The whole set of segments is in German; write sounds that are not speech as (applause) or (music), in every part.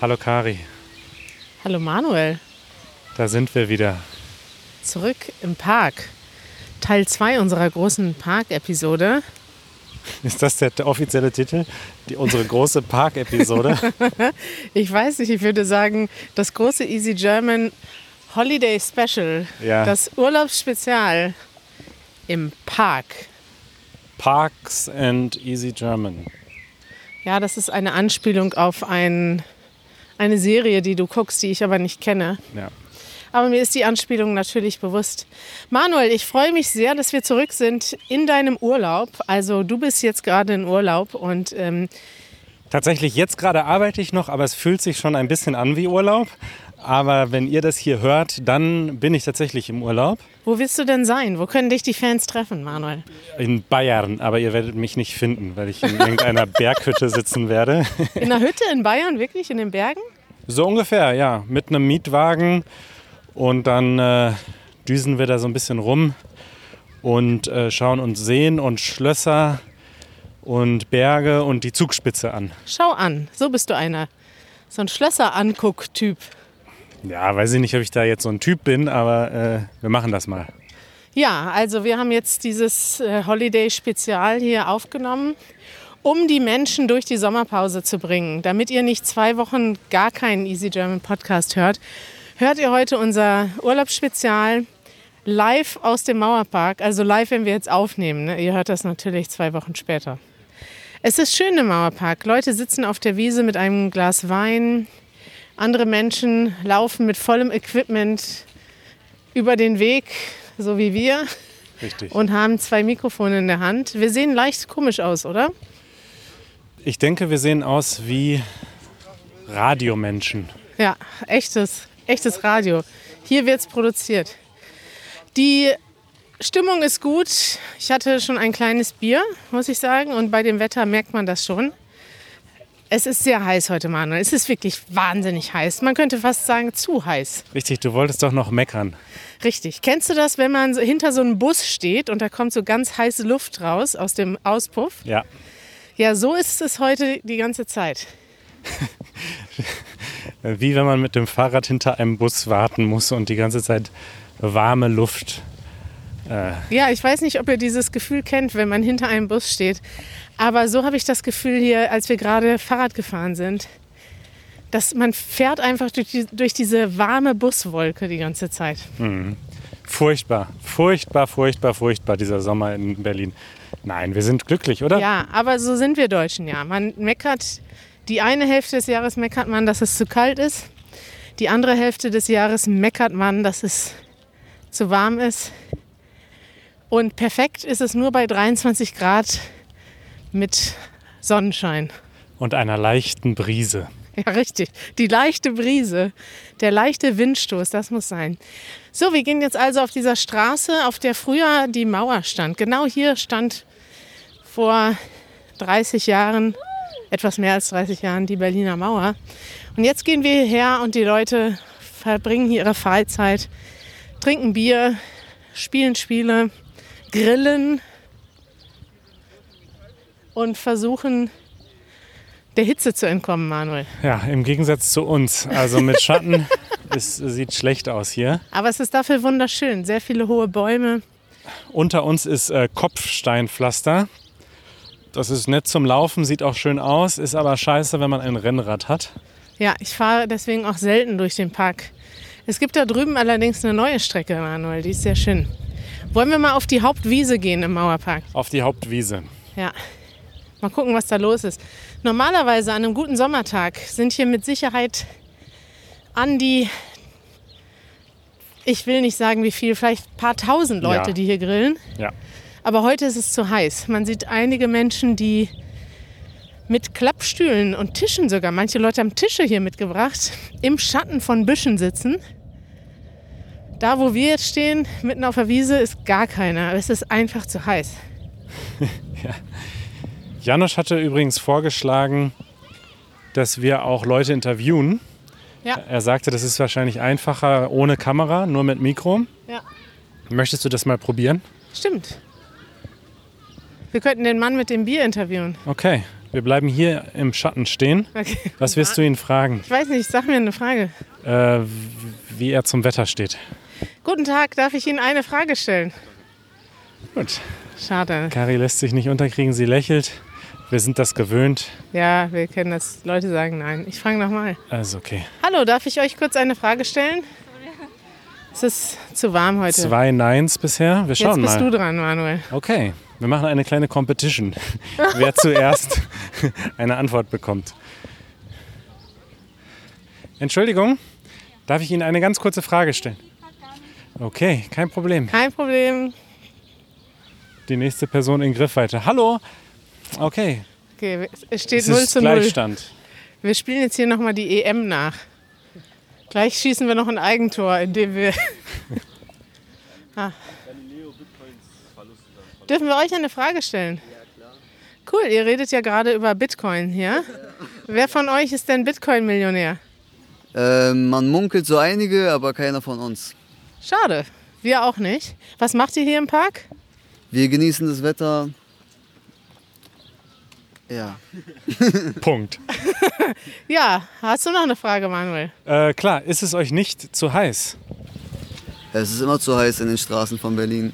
Hallo Kari, Hallo Manuel, da sind wir wieder. zurück im Park. Teil 2 unserer großen Park-Episode. Ist das der offizielle Titel? Die, unsere große Park-Episode? Ich weiß nicht, ich würde sagen, das große Easy German Holiday Special, Ja. das Urlaubsspezial im Park. Parks and Easy German. Ja, das ist eine Anspielung auf ein, eine Serie, die du guckst, die ich aber nicht kenne. Ja. Aber mir ist die Anspielung natürlich bewusst. Manuel, ich freue mich sehr, dass wir zurück sind in deinem Urlaub. Also du bist jetzt gerade in Urlaub und ähm, Tatsächlich, jetzt gerade arbeite ich noch, aber es fühlt sich schon ein bisschen an wie Urlaub. Aber wenn ihr das hier hört, dann bin ich tatsächlich im Urlaub wo willst du denn sein? Wo können dich die Fans treffen, Manuel? in Bayern. Aber ihr werdet mich nicht finden, weil ich in irgendeiner Berghütte sitzen werde. In einer Hütte in Bayern, wirklich? In den Bergen? So ungefähr, ja. Mit einem Mietwagen. Und dann äh, düsen wir da so ein bisschen rum und äh, schauen uns Seen und Schlösser und Berge und die Zugspitze an. Schau an, so bist du einer. So ein Schlösser-Anguck-Typ. Ja, weiß ich nicht, ob ich da jetzt so ein Typ bin, aber äh, wir machen das mal. Ja, also wir haben jetzt dieses äh, Holiday-Spezial hier aufgenommen, um die Menschen durch die Sommerpause zu bringen. Damit ihr nicht zwei Wochen gar keinen Easy German Podcast hört, hört ihr heute unser Urlaubsspezial live aus dem Mauerpark. Also live, wenn wir jetzt aufnehmen. Ne? Ihr hört das natürlich zwei Wochen später. Es ist schön im Mauerpark. Leute sitzen auf der Wiese mit einem Glas Wein. Andere Menschen laufen mit vollem Equipment über den Weg, so wie wir Richtig. und haben zwei Mikrofone in der Hand. Wir sehen leicht komisch aus, oder? ich denke, wir sehen aus wie Radiomenschen. Ja, echtes, echtes Radio. Hier wird's produziert. Die Stimmung ist gut. Ich hatte schon ein kleines Bier, muss ich sagen, und bei dem Wetter merkt man das schon. Es ist sehr heiß heute, Manuel. Es ist wirklich wahnsinnig heiß. Man könnte fast sagen, zu heiß. Richtig, du wolltest doch noch meckern. Richtig. Kennst du das, wenn man so hinter so einem Bus steht und da kommt so ganz heiße Luft raus aus dem Auspuff? Ja. Ja, so ist es heute die ganze Zeit. Wie wenn man mit dem Fahrrad hinter einem Bus warten muss und die ganze Zeit warme Luft Ja, ich weiß nicht, ob ihr dieses Gefühl kennt, wenn man hinter einem Bus steht. Aber so habe ich das Gefühl hier, als wir gerade Fahrrad gefahren sind, dass man fährt einfach durch, die, durch diese warme Buswolke die ganze Zeit. Furchtbar, furchtbar, furchtbar, furchtbar dieser Sommer in Berlin. Nein, wir sind glücklich, oder? Ja, aber so sind wir Deutschen ja. Man meckert, die eine Hälfte des Jahres meckert man, dass es zu kalt ist. Die andere Hälfte des Jahres meckert man, dass es zu warm ist. Und perfekt ist es nur bei 23 Grad mit Sonnenschein. Und einer leichten Brise. (laughs) Ja, richtig. Die leichte Brise, der leichte Windstoß, das muss sein. So, wir gehen jetzt also auf dieser Straße, auf der früher die Mauer stand. Genau hier stand vor 30 Jahren, etwas mehr als 30 Jahren, die Berliner Mauer. Und jetzt gehen wir hierher und die Leute verbringen hier ihre Freizeit, trinken Bier, spielen Spiele, grillen und versuchen, der Hitze zu entkommen, Manuel. Ja, im Gegensatz zu uns. Also mit Schatten, es sieht schlecht aus hier. Aber es ist dafür wunderschön. Sehr viele hohe Bäume. Unter uns ist äh, Kopfsteinpflaster. Das ist nett zum Laufen, sieht auch schön aus, ist aber scheiße, wenn man ein Rennrad hat. Ja, ich fahre deswegen auch selten durch den Park. Es gibt da drüben allerdings eine neue Strecke, Manuel. Die ist sehr schön. Wollen wir mal auf die Hauptwiese gehen im Mauerpark? Auf die Hauptwiese. Ja. Mal gucken, was da los ist. Normalerweise an einem guten Sommertag sind hier mit Sicherheit an die, ich will nicht sagen wie viel, vielleicht ein paar tausend Leute, Ja. die hier grillen. Ja. Aber heute ist es zu heiß. Man sieht einige Menschen, die mit Klappstühlen und Tischen sogar, manche Leute haben Tische hier mitgebracht, im Schatten von Büschen sitzen. Da, wo wir jetzt stehen, mitten auf der Wiese, ist gar keiner. Aber es ist einfach zu heiß. Janosch hatte übrigens vorgeschlagen, dass wir auch Leute interviewen. Ja. Er sagte, das ist wahrscheinlich einfacher ohne Kamera, nur mit Mikro. Ja. Möchtest du das mal probieren? Stimmt. Wir könnten den Mann mit dem Bier interviewen. Okay, Wir bleiben hier im Schatten stehen. Okay. Was wirst du ihn fragen, Ich weiß nicht, sag mir eine Frage. äh, wie er zum Wetter steht? Guten Tag, darf ich Ihnen eine Frage stellen? Gut. Schade. Kari lässt sich nicht unterkriegen, sie lächelt. Wir sind das gewöhnt. Ja, wir kennen das. Leute sagen nein. Ich frage nochmal. Also okay. Hallo, darf ich euch kurz eine Frage stellen? Es ist zu warm heute. Zwei Neins bisher. Wir Jetzt schauen bist mal. du dran, Manuel. Okay, wir machen eine kleine (laughs) Competition. Wer zuerst eine Antwort bekommt. Entschuldigung, darf ich Ihnen eine ganz kurze Frage stellen? Okay, kein Problem. Kein Problem. Die nächste Person in Griffweite. Hallo. Okay, Okay, es steht es 0 ist zu 0. Gleichstand. Wir spielen jetzt hier nochmal die EM nach. Gleich schießen wir noch ein Eigentor, indem wir. (laughs) ah. Dürfen wir euch eine Frage stellen? Cool, ihr redet ja gerade über Bitcoin, ja? Wer von euch ist denn Bitcoin-Millionär? Ähm, man munkelt so einige, aber keiner von uns. Schade, wir auch nicht. Was macht ihr hier im Park? Wir genießen das Wetter. Ja. Punkt. Ja, hast du noch eine Frage, Manuel? Äh, klar, ist es euch nicht zu heiß? Es ist immer zu heiß in den Straßen von Berlin.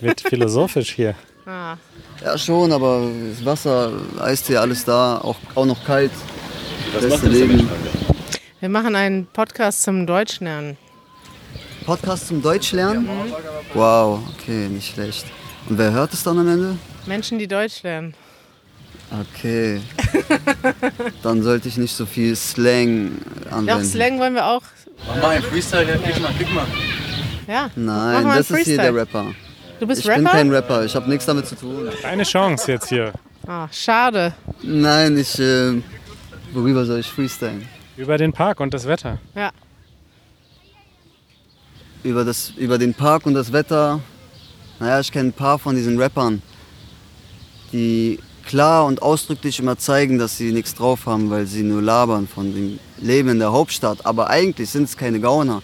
Wird philosophisch hier. Ah, Ja, schon, aber das Wasser, Eistee, alles da, auch, auch noch kalt. Das Beste Leben. wir machen einen Podcast zum Deutschlernen. Podcast zum Deutsch lernen? Wow, okay, nicht schlecht. Und wer hört es dann am Ende? Menschen, die Deutsch lernen. (laughs) Okay. dann sollte ich nicht so viel Slang anwenden. Doch, Slang wollen wir auch. Mach mal einen Freestyle, her, klick mal, klick mal. Ja, Nein, mal einen das ist hier der Freestyle. Rapper. du bist Ich Rapper? bin kein Rapper, ich habe nichts damit zu tun. Eine Chance jetzt hier. Ah, schade. Nein, ich. Äh, worüber soll ich freestylen? Über den Park und das Wetter. Ja. Über, das, über den Park und das Wetter. Naja, ich kenne ein paar von diesen Rappern, die klar und ausdrücklich immer zeigen, dass sie nichts drauf haben, weil sie nur labern von dem Leben in der Hauptstadt. Aber eigentlich sind es keine Gauner.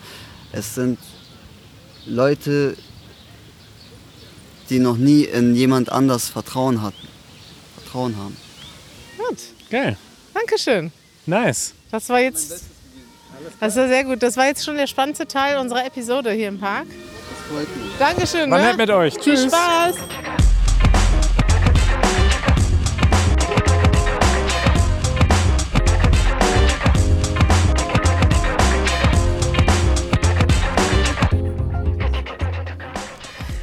Es sind Leute, die noch nie in jemand anders Vertrauen hatten. Vertrauen haben. Gut. Geil. Dankeschön. Nice. Das war jetzt. Das war sehr gut. Das war jetzt schon der spannendste Teil unserer Episode hier im Park. Freut mich. Dankeschön. Man ne? hat mit euch. Viel Tschüss. Spaß.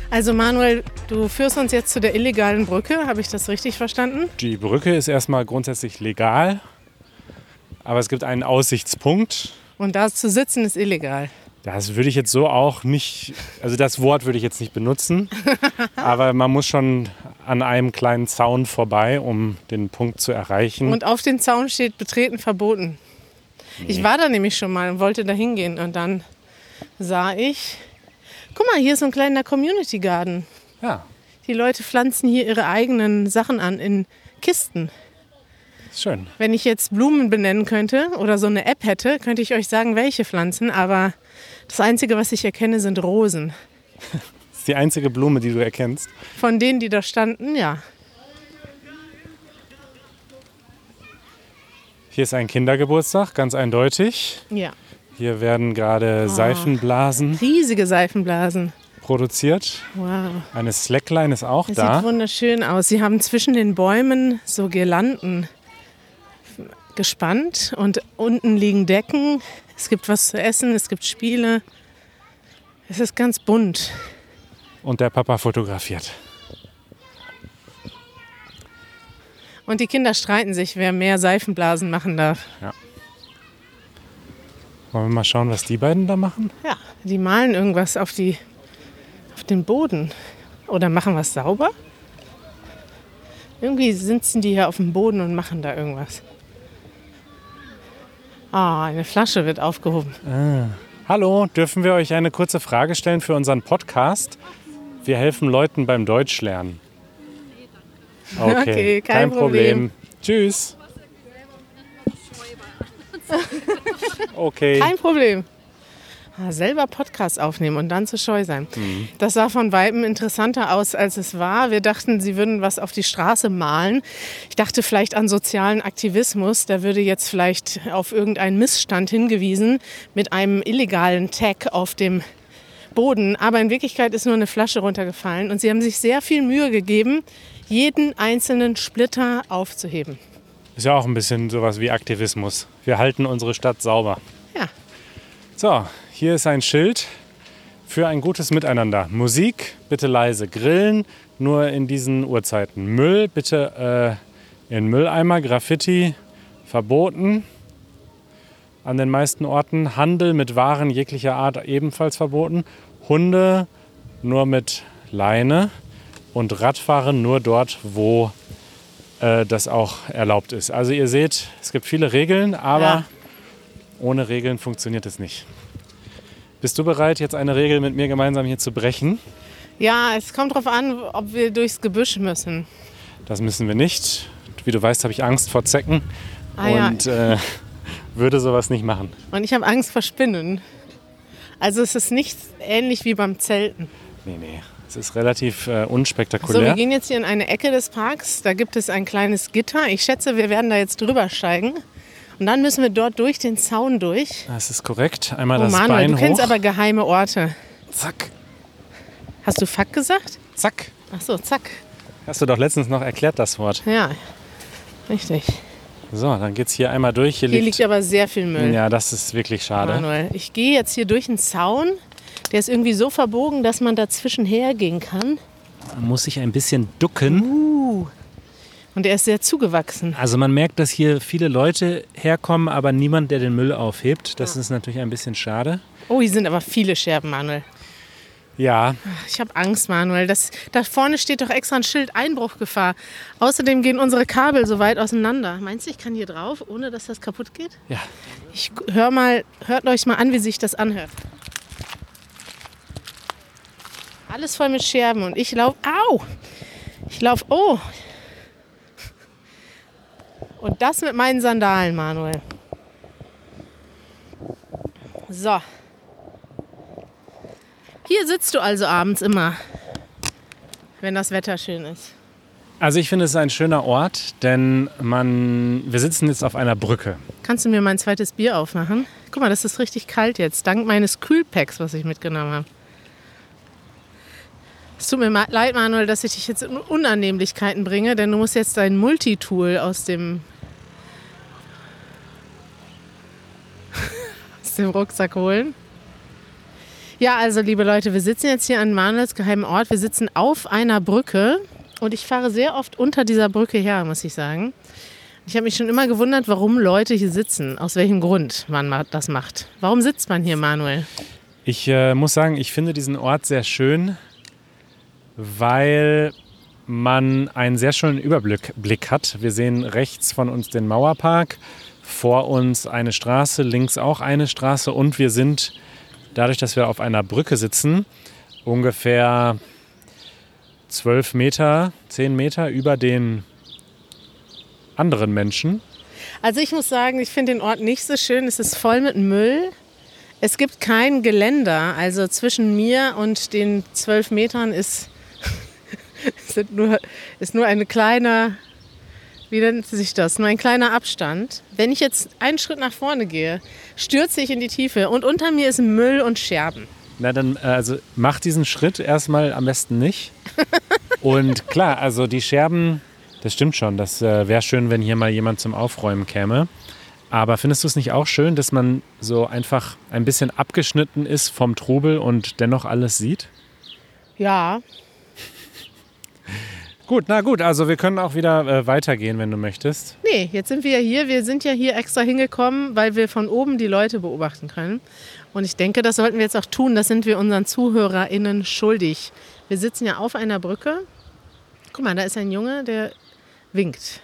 Also Manuel, du führst uns jetzt zu der illegalen Brücke, habe ich das richtig verstanden? Die Brücke ist erstmal grundsätzlich legal, aber es gibt einen Aussichtspunkt. Und da zu sitzen ist illegal. Das würde ich jetzt so auch nicht, also das Wort würde ich jetzt nicht (laughs) benutzen, aber man muss schon an einem kleinen Zaun vorbei, um den Punkt zu erreichen. Und auf dem Zaun steht betreten verboten. Ich war da nämlich schon mal und wollte da hingehen und dann sah ich, guck mal, hier ist so ein kleiner Community Garden. ja, Die Leute pflanzen hier ihre eigenen Sachen an in Kisten. ist schön. Wenn ich jetzt Blumen benennen könnte oder so eine App hätte, könnte ich euch sagen, welche Pflanzen, aber das Einzige, was ich erkenne, sind Rosen. Das ist die einzige Blume, die du erkennst. Von denen, die da standen, ja. Hier ist ein Kindergeburtstag, ganz eindeutig. Ja. Hier werden Ah. gerade Seifenblasen Riesige Seifenblasen. produziert. Wow. Eine Slackline ist auch Das sieht da. wunderschön aus. Sie haben zwischen den Bäumen so Girlanden gespannt und unten liegen Decken. Es gibt was zu essen, es gibt Spiele. Es ist ganz bunt. Und der Papa fotografiert. Und die Kinder streiten sich, wer mehr Seifenblasen machen darf. Wollen wir mal schauen, was die beiden da machen? Ja, die malen irgendwas auf, die, auf den Boden oder machen was sauber. Irgendwie sitzen die hier auf dem Boden und machen da irgendwas. Ah, eine Flasche wird aufgehoben. Hallo, dürfen wir euch eine kurze Frage stellen für unseren Podcast? Wir helfen Leuten beim Deutschlernen. Okay, (laughs) Okay, kein Problem. (laughs) Tschüss. Okay, Kein Problem. ah, selber Podcast aufnehmen und dann zu scheu sein. Das sah von Weitem interessanter aus, als es war. Wir dachten, sie würden was auf die Straße malen. Ich dachte vielleicht an sozialen Aktivismus. Da würde jetzt vielleicht auf irgendeinen Missstand hingewiesen mit einem illegalen Tag auf dem Boden, aber in Wirklichkeit ist nur eine Flasche runtergefallen und sie haben sich sehr viel Mühe gegeben, jeden einzelnen Splitter aufzuheben. Ist ja auch ein bisschen sowas wie Aktivismus. Wir halten unsere Stadt sauber. Ja, So, hier ist ein Schild für ein gutes Miteinander. Musik bitte leise, Grillen nur in diesen Uhrzeiten. Müll bitte äh, in Mülleimer, Graffiti verboten. An den meisten Orten Handel mit Waren jeglicher Art ebenfalls verboten. Hunde nur mit Leine und Radfahren nur dort, wo äh, das auch erlaubt ist. Also ihr seht, es gibt viele Regeln, aber Ja. ohne Regeln funktioniert es nicht. Bist du bereit, jetzt eine Regel mit mir gemeinsam hier zu brechen? ja es kommt drauf an, ob wir durchs Gebüsch müssen. Das müssen wir nicht. Wie du weißt, habe ich Angst vor Zecken Ah, ja. und äh, (laughs) würde sowas nicht machen. Und ich habe Angst vor Spinnen. Also es ist nicht ähnlich wie beim Zelten. Nee, nee. Es ist relativ äh, So, wir unspektakulär. gehen jetzt hier in eine Ecke des Parks. Da gibt es ein kleines Gitter. Ich schätze, wir werden da jetzt drüber steigen. Und dann müssen wir dort durch den Zaun durch. das ist korrekt. Einmal Oh das Manuel, Bein du kennst hoch. aber geheime Orte. zack, Hast du Fuck gesagt? zack. Ach so, zack. Hast du doch letztens noch erklärt, das Wort. Ja, richtig. So, dann geht's hier einmal durch. Hier, Hier liegt aber sehr viel Müll. Ja, das ist wirklich schade. Manuel, ich gehe jetzt hier durch einen Zaun. Der ist irgendwie so verbogen, dass man dazwischen hergehen kann. Muss ich ein bisschen ducken. Und er ist sehr zugewachsen. Also man merkt, dass hier viele Leute herkommen, aber niemand, der den Müll aufhebt. Das ist natürlich ein bisschen schade. Oh, hier sind aber viele Scherben, Manuel. Ja, Ich habe Angst, Manuel. Das, da vorne steht doch extra ein Schild Einbruchgefahr. Außerdem gehen unsere Kabel so weit auseinander. Meinst du, ich kann hier drauf, ohne dass das kaputt geht? ja. Ich hör mal, hört euch mal an, wie sich das anhört. Alles voll mit Scherben und ich laufe. Au! Ich laufe. Oh! Und das mit meinen Sandalen, Manuel. So. Hier sitzt du also abends immer, wenn das Wetter schön ist. Also ich finde, es ist ein schöner Ort, denn man, wir sitzen jetzt auf einer Brücke. Kannst du mir mein zweites Bier aufmachen? Guck mal, das ist richtig kalt jetzt, dank meines Kühlpacks, was ich mitgenommen habe. Es tut mir ma- leid, Manuel, dass ich dich jetzt in Unannehmlichkeiten bringe, denn du musst jetzt dein Multitool aus dem, (laughs) aus dem Rucksack holen. Ja, also liebe Leute, wir sitzen jetzt hier an Manuels geheimen Ort. Wir sitzen auf einer Brücke und ich fahre sehr oft unter dieser Brücke her, muss ich sagen. Ich habe mich schon immer gewundert, warum Leute hier sitzen, aus welchem Grund man ma- das macht. Warum sitzt man hier, Manuel? Ich äh, muss sagen, ich finde diesen Ort sehr schön, weil man einen sehr schönen Überblick Blick hat. Wir sehen rechts von uns den Mauerpark, vor uns eine Straße, links auch eine Straße und wir sind, dadurch, dass wir auf einer Brücke sitzen, ungefähr zwölf Meter, zehn Meter über den anderen Menschen. Also ich muss sagen, ich finde den Ort nicht so schön. Es ist voll mit Müll. Es gibt kein Geländer. Also zwischen mir und den zwölf Metern ist, (laughs) sind nur, ist nur eine kleine, wie nennt sich das? Nur ein kleiner Abstand. Wenn ich jetzt einen Schritt nach vorne gehe, stürze ich in die Tiefe und unter mir ist Müll und Scherben. Na dann, äh, also mach diesen Schritt erstmal am besten nicht. Und klar, also die Scherben, das stimmt schon. Das äh, wäre schön, wenn hier mal jemand zum Aufräumen käme. Aber findest du es nicht auch schön, dass man so einfach ein bisschen abgeschnitten ist vom Trubel und dennoch alles sieht? Ja, Gut, na gut, also wir können auch wieder äh, weitergehen, wenn du möchtest. Nee, jetzt sind wir ja hier. Wir sind ja hier extra hingekommen, weil wir von oben die Leute beobachten können. Und ich denke, das sollten wir jetzt auch tun. Das sind wir unseren ZuhörerInnen schuldig. Wir sitzen ja auf einer Brücke. Guck mal, da ist ein Junge, der winkt.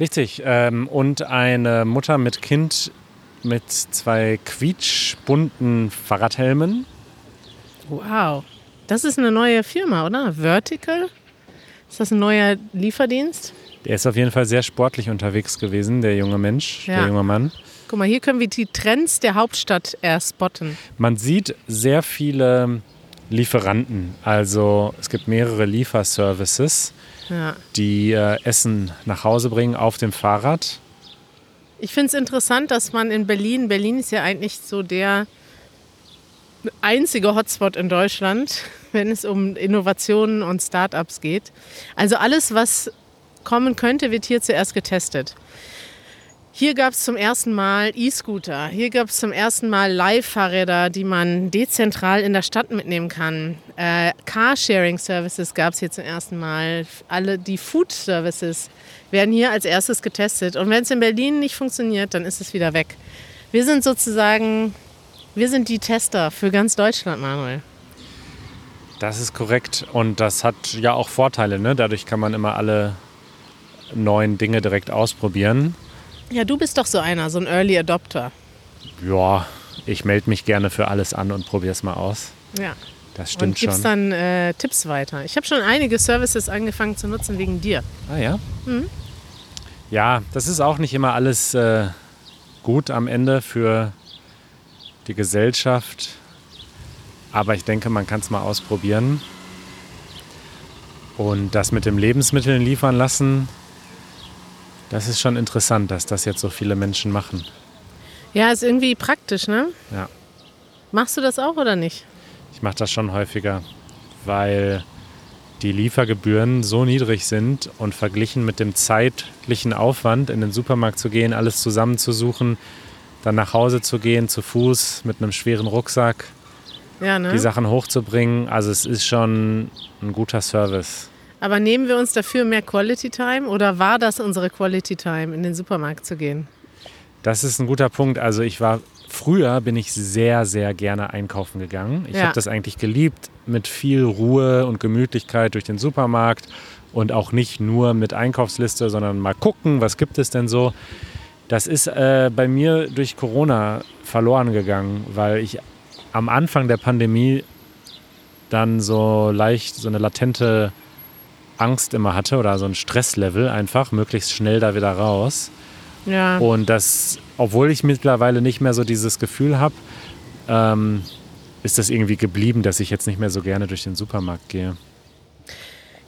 Richtig. Ähm, und eine Mutter mit Kind mit zwei quietschbunten Fahrradhelmen. Wow. Das ist eine neue Firma, oder? Vertical? Ist das ein neuer Lieferdienst? Der ist auf jeden Fall sehr sportlich unterwegs gewesen, der junge Mensch, Ja. der junge Mann. Guck mal, hier können wir die Trends der Hauptstadt erspotten. Man sieht sehr viele Lieferanten. Also es gibt mehrere Lieferservices, Ja. die äh, Essen nach Hause bringen auf dem Fahrrad. Ich finde es interessant, dass man in Berlin, Berlin ist ja eigentlich so der einzige Hotspot in Deutschland, (laughs) wenn es um Innovationen und Startups geht. Also alles, was kommen könnte, wird hier zuerst getestet. Hier gab es zum ersten Mal E-Scooter, hier gab es zum ersten Mal Leihfahrräder, die man dezentral in der Stadt mitnehmen kann. Äh, Carsharing-Services gab es hier zum ersten Mal. Alle die Food-Services werden hier als erstes getestet. Und wenn es in Berlin nicht funktioniert, dann ist es wieder weg. Wir sind sozusagen, wir sind die Tester für ganz Deutschland, Manuel. Das ist korrekt und das hat ja auch Vorteile. Ne? Dadurch kann man immer alle neuen Dinge direkt ausprobieren. Ja, du bist doch so einer, so ein Early Adopter. Ja, ich melde mich gerne für alles an und probiere es mal aus. Ja. Das Und stimmt gibst schon. dann äh, Tipps weiter. Ich habe schon einige Services angefangen zu nutzen wegen dir. Ah ja. Ja, das ist auch nicht immer alles äh, gut am Ende für die Gesellschaft. Aber ich denke, man kann es mal ausprobieren. Und das mit dem Lebensmitteln liefern lassen, das ist schon interessant, dass das jetzt so viele Menschen machen. Ja, ist irgendwie praktisch, ne? Ja. Machst du das auch oder nicht? Ich mache das schon häufiger, weil die Liefergebühren so niedrig sind und verglichen mit dem zeitlichen Aufwand, in den Supermarkt zu gehen, alles zusammenzusuchen, dann nach Hause zu gehen, zu Fuß mit einem schweren Rucksack, Ja, ne? die Sachen hochzubringen. Also es ist schon ein guter Service. Aber nehmen wir uns dafür mehr Quality Time oder war das unsere Quality Time, in den Supermarkt zu gehen? Das ist ein guter Punkt. Also ich war früher bin ich sehr sehr gerne einkaufen gegangen. Ich Ja. habe das eigentlich geliebt, mit viel Ruhe und Gemütlichkeit durch den Supermarkt und auch nicht nur mit Einkaufsliste, sondern mal gucken, was gibt es denn so. Das ist äh, bei mir durch Corona verloren gegangen, weil ich am Anfang der Pandemie dann so leicht so eine latente Angst immer hatte oder so ein Stresslevel einfach, möglichst schnell da wieder raus. Ja. Und das, obwohl ich mittlerweile nicht mehr so dieses Gefühl habe, ähm, ist das irgendwie geblieben, dass ich jetzt nicht mehr so gerne durch den Supermarkt gehe.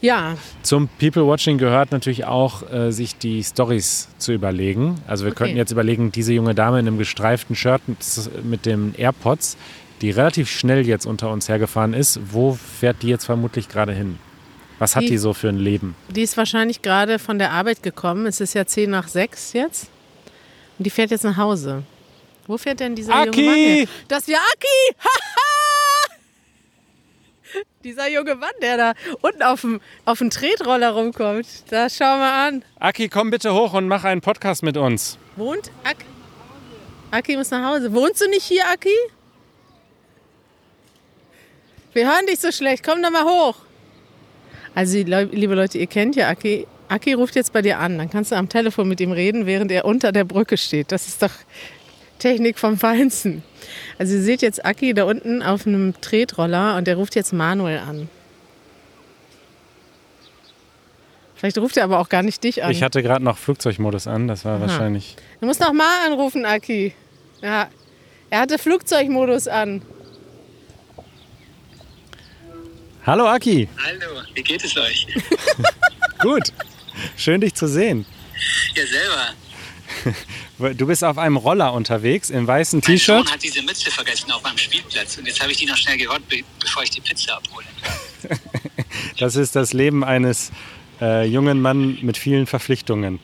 Ja, Zum People Watching gehört natürlich auch, äh, sich die Stories zu überlegen. Also wir Okay. könnten jetzt überlegen, diese junge Dame in einem gestreiften Shirt mit, mit den AirPods, die relativ schnell jetzt unter uns hergefahren ist, wo fährt die jetzt vermutlich gerade hin? Was hat Die- die so für ein Leben? die ist wahrscheinlich gerade von der Arbeit gekommen. Es ist ja 10 nach 6 jetzt. Und die fährt jetzt nach Hause. Wo fährt denn dieser Aki! junge Mann hin? Das wäre Aki! (laughs) Haha! dieser junge Mann, der da unten auf dem, auf dem Tretroller rumkommt. Da schauen wir an. Aki, komm bitte hoch und mach einen Podcast mit uns. Wohnt Aki? Aki muss nach Hause. Wohnst du nicht hier, Aki? Wir hören dich so schlecht. Komm doch mal hoch. Also, die Leu- liebe Leute, ihr kennt ja Aki. Aki ruft jetzt bei dir an. Dann kannst du am Telefon mit ihm reden, während er unter der Brücke steht. Das ist doch Technik vom Feinsten. Also, ihr seht jetzt Aki da unten auf einem Tretroller und der ruft jetzt Manuel an. Vielleicht ruft er aber auch gar nicht dich an. Ich hatte gerade noch Flugzeugmodus an, das war wahrscheinlich. Du musst noch mal anrufen, Aki. Ja. Er hatte Flugzeugmodus an. Hallo Aki! Hallo, wie geht es euch? (laughs) Gut. Schön, dich zu sehen. Ihr selber. Du bist auf einem Roller unterwegs im weißen Mein Sohn T-Shirt. hat diese Mütze vergessen auf meinem Spielplatz und jetzt habe ich die noch schnell gehört, be bevor ich die Pizza abhole. Das ist das Leben eines äh, jungen Mann mit vielen Verpflichtungen.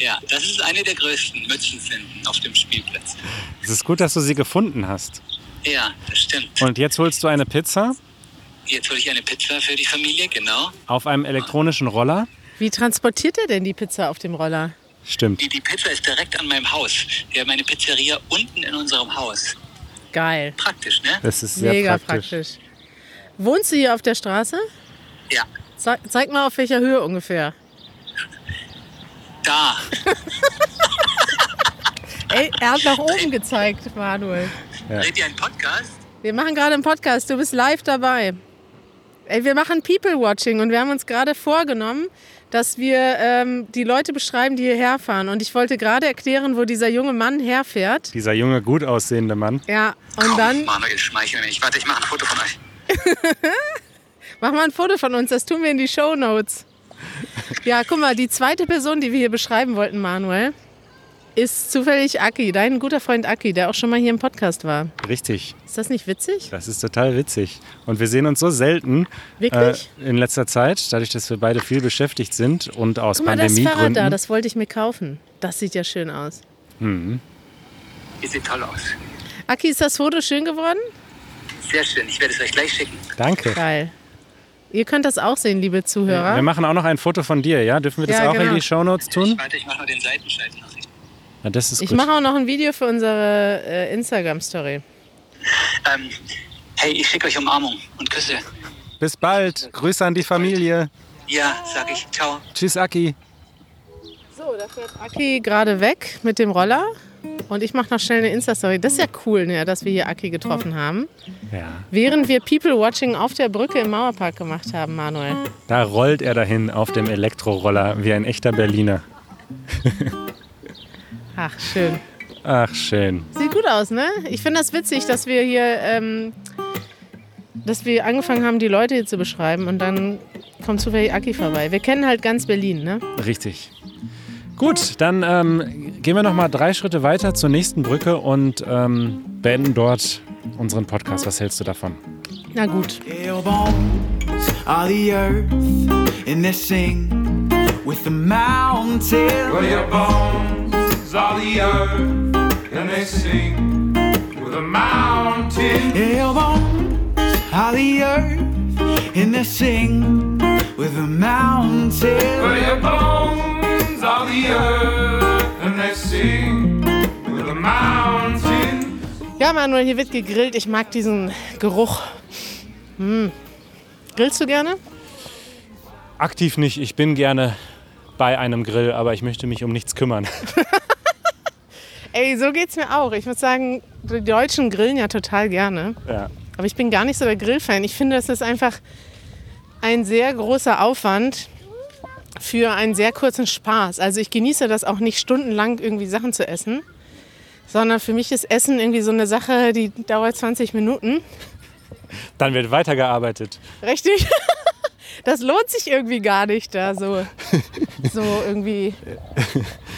Ja, das ist eine der größten Mützenfinden auf dem Spielplatz. Es ist gut, dass du sie gefunden hast. Ja, das stimmt. Und jetzt holst du eine Pizza Jetzt hole ich eine Pizza für die Familie, genau. auf einem elektronischen Roller. Wie transportiert er denn die Pizza auf dem Roller? Stimmt. Die, die Pizza ist direkt an meinem Haus. Wir haben eine Pizzeria unten in unserem Haus. Geil. Praktisch, ne? Das ist sehr Mega praktisch. praktisch. Wohnst du hier auf der Straße? Ja, Zeig, zeig mal, auf welcher Höhe ungefähr. da. Ey, er hat nach oben gezeigt, Manuel. Ja. Seht ihr einen Podcast? Wir machen gerade einen Podcast. Du bist live dabei. Ey, wir machen People-Watching und wir haben uns gerade vorgenommen, dass wir ähm, die Leute beschreiben, die hierher fahren. Und ich wollte gerade erklären, wo dieser junge Mann herfährt. Dieser junge, gut aussehende Mann. Ja, und Komm, dann Manuel, schmeichel mich. Warte, ich mache ein Foto von euch. mach mal ein Foto von uns, das tun wir in die Show Notes. Ja, guck mal, die zweite Person, die wir hier beschreiben wollten, Manuel, ist zufällig Aki, dein guter Freund Aki, der auch schon mal hier im Podcast war. Richtig, Ist das nicht witzig? das ist total witzig. Und wir sehen uns so selten äh, Wirklich? in letzter Zeit, dadurch, dass wir beide viel beschäftigt sind und aus Guck mal, das Fahrrad da, Pandemiegründen. das wollte ich mir kaufen. Das sieht ja schön aus. Ihr seht toll aus. Aki, ist das Foto schön geworden? Sehr schön. Ich werde es euch gleich schicken. Danke. Geil. Ihr könnt das auch sehen, liebe Zuhörer. Wir machen auch noch ein Foto von dir, ja? Dürfen wir das Ja, auch in genau. die Shownotes tun? Warte, ich mache nur den Seitenschalten. Ja, das ist Ich gut. mache auch noch ein Video für unsere äh, Instagram-Story. Ähm, hey, ich schicke euch Umarmung und Küsse. Bis bald. Grüße an die Familie. Ja, sag ich. Ciao. Tschüss, Aki. So, da fährt Aki gerade weg mit dem Roller. Und ich mache noch schnell eine Insta-Story. Das ist ja cool, ne, dass wir hier Aki getroffen haben. Ja. Während wir People-Watching auf der Brücke im Mauerpark gemacht haben, Manuel. Da rollt er dahin auf dem Elektroroller wie ein echter Berliner. Ach, schön. Ach, schön. Sieht gut aus, ne? Ich finde das witzig, dass wir hier, ähm, dass wir angefangen haben, die Leute hier zu beschreiben. Und dann kommt zufällig Aki vorbei. Wir kennen halt ganz Berlin, ne? Richtig. Gut, dann ähm, gehen wir noch mal drei Schritte weiter zur nächsten Brücke und ähm, beenden dort unseren Podcast. Was hältst du davon? Na gut. Pale bones are the earth, and they sing with the mountain. Well, your bones are the earth, and they sing with a mountain. Pale bones are the earth, and they sing with the mountain. Well, your bones are the earth, and they sing with a mountain. Ja, Manuel, hier wird gegrillt. Ich mag diesen Geruch. Hm. Grillst du gerne? Aktiv nicht. Ich bin gerne bei einem Grill, aber ich möchte mich um nichts kümmern. Ey, so geht's mir auch. Ich muss sagen, die Deutschen grillen ja total gerne. Ja. Aber ich bin gar nicht so der Grillfan. Ich finde, das ist einfach ein sehr großer Aufwand für einen sehr kurzen Spaß. Also ich genieße das auch nicht stundenlang irgendwie Sachen zu essen, sondern für mich ist Essen irgendwie so eine Sache, die dauert 20 Minuten. Dann wird weitergearbeitet. Richtig? (laughs) Das lohnt sich irgendwie gar nicht da so. So irgendwie.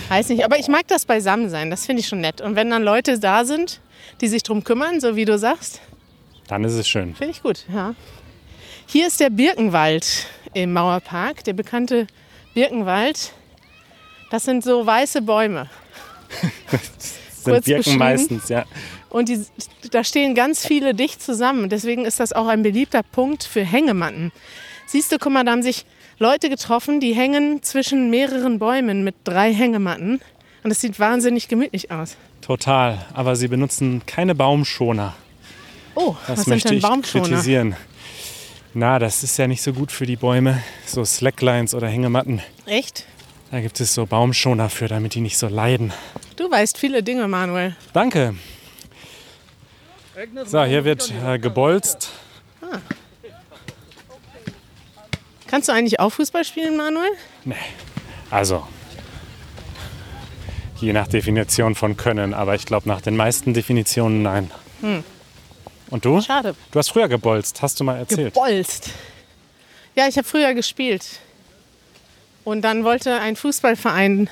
Weiß nicht. Aber ich mag das beisammen sein. Das finde ich schon nett. Und wenn dann Leute da sind, die sich drum kümmern, so wie du sagst, Dann ist es schön. finde ich gut. Ja. Hier ist der Birkenwald im Mauerpark, der bekannte Birkenwald. Das sind so weiße Bäume. Sind Kurz Birken beschrieben. meistens, ja. Und die, da stehen ganz viele dicht zusammen. Deswegen ist das auch ein beliebter Punkt für Hängematten. Siehst du, guck mal, da haben sich Leute getroffen, die hängen zwischen mehreren Bäumen mit drei Hängematten. Und es sieht wahnsinnig gemütlich aus. Total. Aber sie benutzen keine Baumschoner. Oh, Das was sind möchte denn ich Baumschoner? kritisieren. Na, das ist ja nicht so gut für die Bäume. So Slacklines oder Hängematten. Echt? Da gibt es so Baumschoner für, damit die nicht so leiden. Du weißt viele Dinge, Manuel. Danke. So, hier wird äh, gebolzt. Kannst du eigentlich auch Fußball spielen, Manuel? Also, je nach Definition von Können, aber ich glaube nach den meisten Definitionen nein. Und du? Hm. Schade. Du hast früher gebolzt, hast du mal erzählt. Gebolzt. Ja, ich habe früher gespielt. Und dann wollte ein Fußballverein,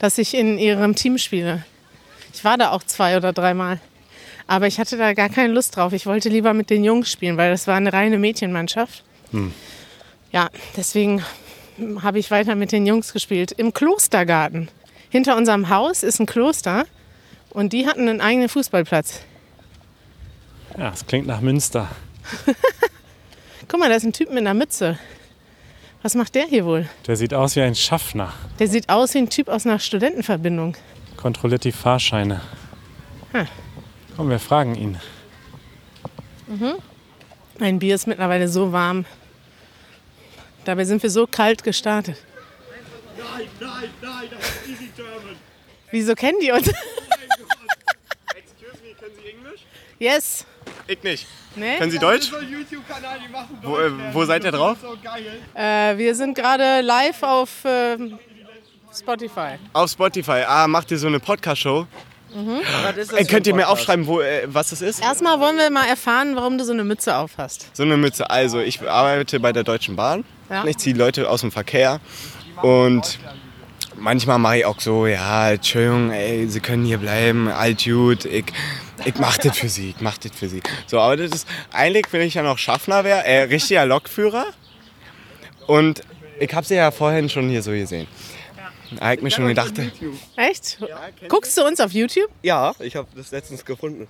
dass ich in ihrem Team spiele. Ich war da auch zwei oder dreimal. Aber ich hatte da gar keine Lust drauf. Ich wollte lieber mit den Jungs spielen, weil das war eine reine Mädchenmannschaft. Ja, deswegen habe ich weiter mit den Jungs gespielt. Im Klostergarten. Hinter unserem Haus ist ein Kloster und die hatten einen eigenen Fußballplatz. Ja, das klingt nach Münster. Guck mal, da ist ein Typ mit einer Mütze. Was macht der hier wohl? Der sieht aus wie ein Schaffner. Der sieht aus wie ein Typ aus einer Studentenverbindung. Kontrolliert die Fahrscheine. Hm. Komm, wir fragen ihn. Mein Bier ist mittlerweile so warm. Dabei sind wir so kalt gestartet. Nein, nein, nein, das ist easy German. Wieso kennen die uns? Excuse me, können Sie Englisch? (laughs) Yes, Ich nicht. Nee? Können Sie Deutsch? YouTube-Kanal, die machen Wo, äh, wo seid ihr drauf? so geil. Äh, wir sind gerade live auf ähm, Spotify. Auf Spotify. Ah, macht ihr so eine Podcast-Show? Äh, könnt ihr mir aufschreiben, wo, äh, was das ist? Erstmal wollen wir mal erfahren, warum du so eine Mütze aufhast. So eine Mütze. Also, ich arbeite bei der Deutschen Bahn. Ja. Ich ziehe Leute aus dem Verkehr. Und manchmal mache ich auch so, ja, Entschuldigung, ey, sie können hier bleiben, alt gut, ich, ich mach das für sie, ich mach das für sie. So, aber das ist, eigentlich will ich ja noch Schaffner wäre, äh, richtiger Lokführer. Und ich habe sie ja vorhin schon hier so gesehen. Da hab ich mir schon gedacht, Echt? Guckst du uns auf YouTube? ja, ich habe das letztens gefunden.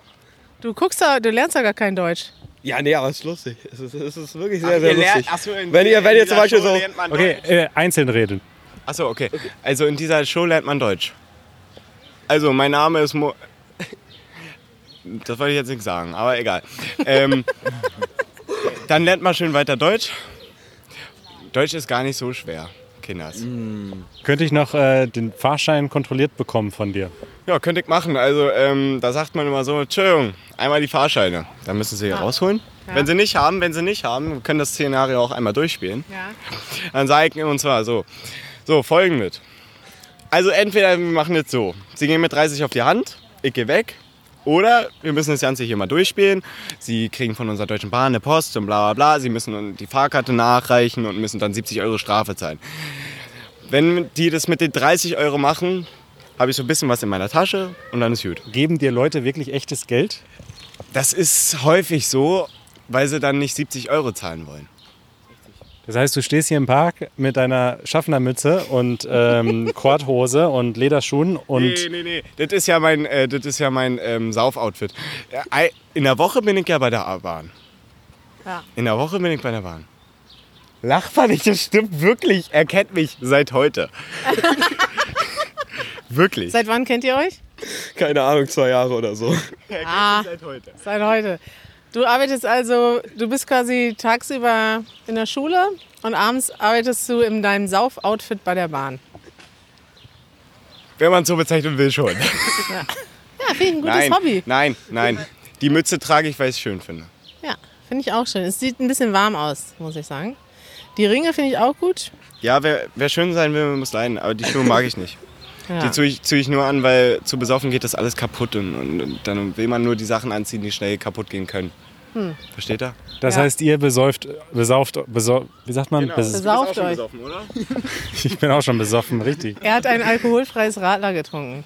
Du guckst da, du lernst ja gar kein Deutsch. Ja, Ah, nee, aber es ist lustig. Es ist, es ist wirklich Ach, sehr, sehr ihr lernt- lustig. ach so, in- wenn ihr, in wenn ihr dieser zum Beispiel Show so. lernt man Okay, äh, einzeln reden. Achso, okay. Also in dieser Show lernt man Deutsch. Also, mein Name ist Mo. (laughs) Das wollte ich jetzt nicht sagen, aber egal. Ähm, dann lernt man schön weiter Deutsch. Deutsch ist gar nicht so schwer, Kinders. Könnte ich noch äh, den Fahrschein kontrolliert bekommen von dir? Ja, könnte ich machen. Also, ähm, da sagt man immer so: Entschuldigung, einmal die Fahrscheine. Dann müssen sie hier rausholen. Wenn sie nicht haben, wenn sie nicht haben, wir können das Szenario auch einmal durchspielen. Ja. Dann sage ich und zwar so. So, folgendes. Also entweder wir machen jetzt so. Sie gehen mit 30 auf die Hand, ich gehe weg. Oder wir müssen das Ganze hier mal durchspielen. Sie kriegen von unserer Deutschen Bahn eine Post und bla bla bla. Sie müssen die Fahrkarte nachreichen und müssen dann 70 Euro Strafe zahlen. Wenn die das mit den 30 Euro machen, habe ich so ein bisschen was in meiner Tasche und dann ist gut. Geben dir Leute wirklich echtes Geld? Das ist häufig so, weil sie dann nicht 70 Euro zahlen wollen. Das heißt, du stehst hier im Park mit deiner Schaffnermütze und ähm, Korthose und Lederschuhen und Nee, nee, nee. Das ist ja mein, äh, das ist ja mein ähm, Saufoutfit. Äh, ei- In der Woche bin ich ja bei der A- Bahn. Ja. In der Woche bin ich bei der Bahn. Lach mal nicht, (laughs) das stimmt wirklich. Er kennt mich seit heute. wirklich. Seit wann kennt ihr euch? Keine Ahnung, zwei Jahre oder so. Ah, Seit heute. seit heute. Du arbeitest also, du bist quasi tagsüber in der Schule und abends arbeitest du in deinem Sauf-Outfit bei der Bahn. Wenn man es so bezeichnen will, schon. Ja, finde ich ein gutes nein, Hobby. nein, nein. Die Mütze trage ich, weil ich es schön finde. Ja, finde ich auch schön. Es sieht ein bisschen warm aus, muss ich sagen. Die Ringe finde ich auch gut. Ja, wer, wer schön sein will, muss leiden. Aber die Schuhe mag ich nicht. Ja. Die ziehe ich, zieh ich nur an, weil zu besoffen geht das alles kaputt und, und, und dann will man nur die Sachen anziehen, die schnell kaputt gehen können. Hm. Versteht er? das Ja. heißt, ihr besäuft, besauft, besau, wie sagt Genau. man? Bes Besauft auch schon euch. (laughs) besoffen, oder? ich bin auch schon besoffen, richtig. Er hat ein alkoholfreies Radler getrunken.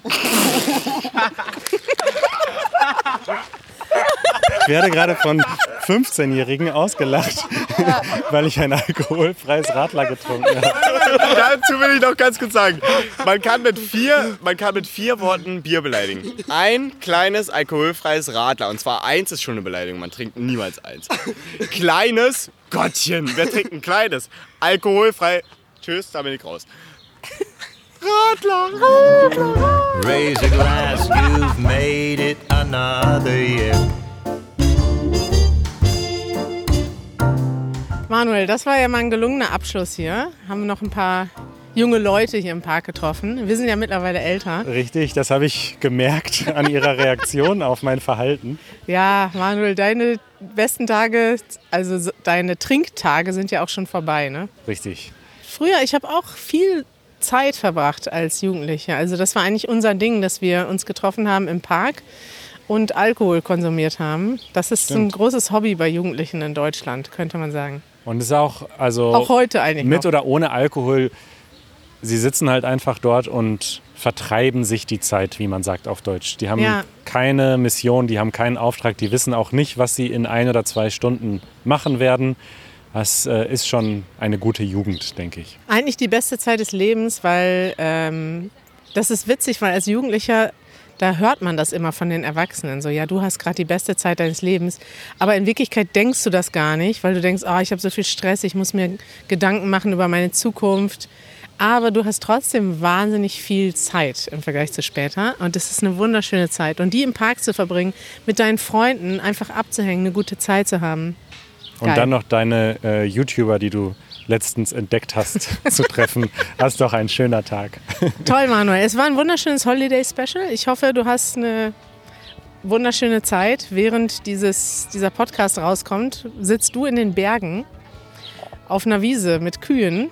Ich werde gerade von 15-Jährigen ausgelacht, (laughs) weil ich ein alkoholfreies Radler getrunken habe. Dazu will ich noch ganz kurz sagen, man kann mit vier, man kann mit vier Worten Bier beleidigen. Ein kleines alkoholfreies Radler. Und zwar eins ist schon eine Beleidigung, man trinkt niemals eins. Kleines, Gottchen, wer trinkt ein kleines? Alkoholfrei, tschüss, da bin ich raus. Radler, Radler. Raise a glass, you've made it another year. Manuel, das war ja mal ein gelungener Abschluss hier. Haben wir noch ein paar junge Leute hier im Park getroffen. Wir sind ja mittlerweile älter. Richtig, das habe ich gemerkt (laughs) an ihrer Reaktion auf mein Verhalten. Ja, Manuel, deine besten Tage, also so- deine Trinktage sind ja auch schon vorbei, ne? Richtig. Früher, ich habe auch viel Zeit verbracht als Jugendliche. Also das war eigentlich unser Ding, dass wir uns getroffen haben im Park und Alkohol konsumiert haben. Das ist ein großes Hobby bei Jugendlichen in Deutschland, könnte man sagen. Und es ist auch, also Auch heute eigentlich mit noch. oder ohne Alkohol, sie sitzen halt einfach dort und vertreiben sich die Zeit, wie man sagt auf Deutsch. Die haben Ja. keine Mission, die haben keinen Auftrag, die wissen auch nicht, was sie in ein oder zwei Stunden machen werden. Das äh, ist schon eine gute Jugend, denke ich. Eigentlich die beste Zeit des Lebens, weil ähm, das ist witzig, weil als Jugendlicher, da hört man das immer von den Erwachsenen. So, ja, du hast gerade die beste Zeit deines Lebens. Aber in Wirklichkeit denkst du das gar nicht, weil du denkst, ah, ich habe so viel Stress, ich muss mir Gedanken machen über meine Zukunft. Aber du hast trotzdem wahnsinnig viel Zeit im Vergleich zu später. Und das ist eine wunderschöne Zeit. Und die im Park zu verbringen, mit deinen Freunden einfach abzuhängen, eine gute Zeit zu haben. Und Geil. dann noch deine äh, YouTuber, die du letztens entdeckt (laughs) hast, zu treffen. Hast doch ein schöner Tag. Toll, Manuel. Es war ein wunderschönes Holiday Special. Ich hoffe, du hast eine wunderschöne Zeit. Während dieses, dieser Podcast rauskommt, sitzt du in den Bergen auf einer Wiese mit Kühen.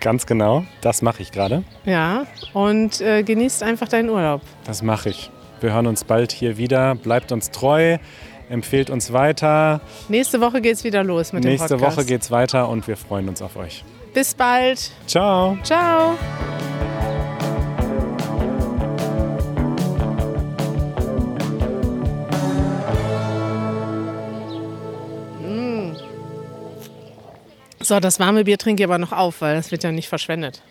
Ganz genau, das mache ich gerade. Ja, und äh, genießt einfach deinen Urlaub. Das mache ich. Wir hören uns bald hier wieder. Bleibt uns treu, empfehlt uns weiter. Nächste Woche geht's wieder los mit Nächste dem Podcast. Woche geht's weiter und wir freuen uns auf euch. Bis bald. Ciao. Ciao. Mm. So, das warme Bier trinke ich aber noch auf, weil das wird ja nicht verschwendet.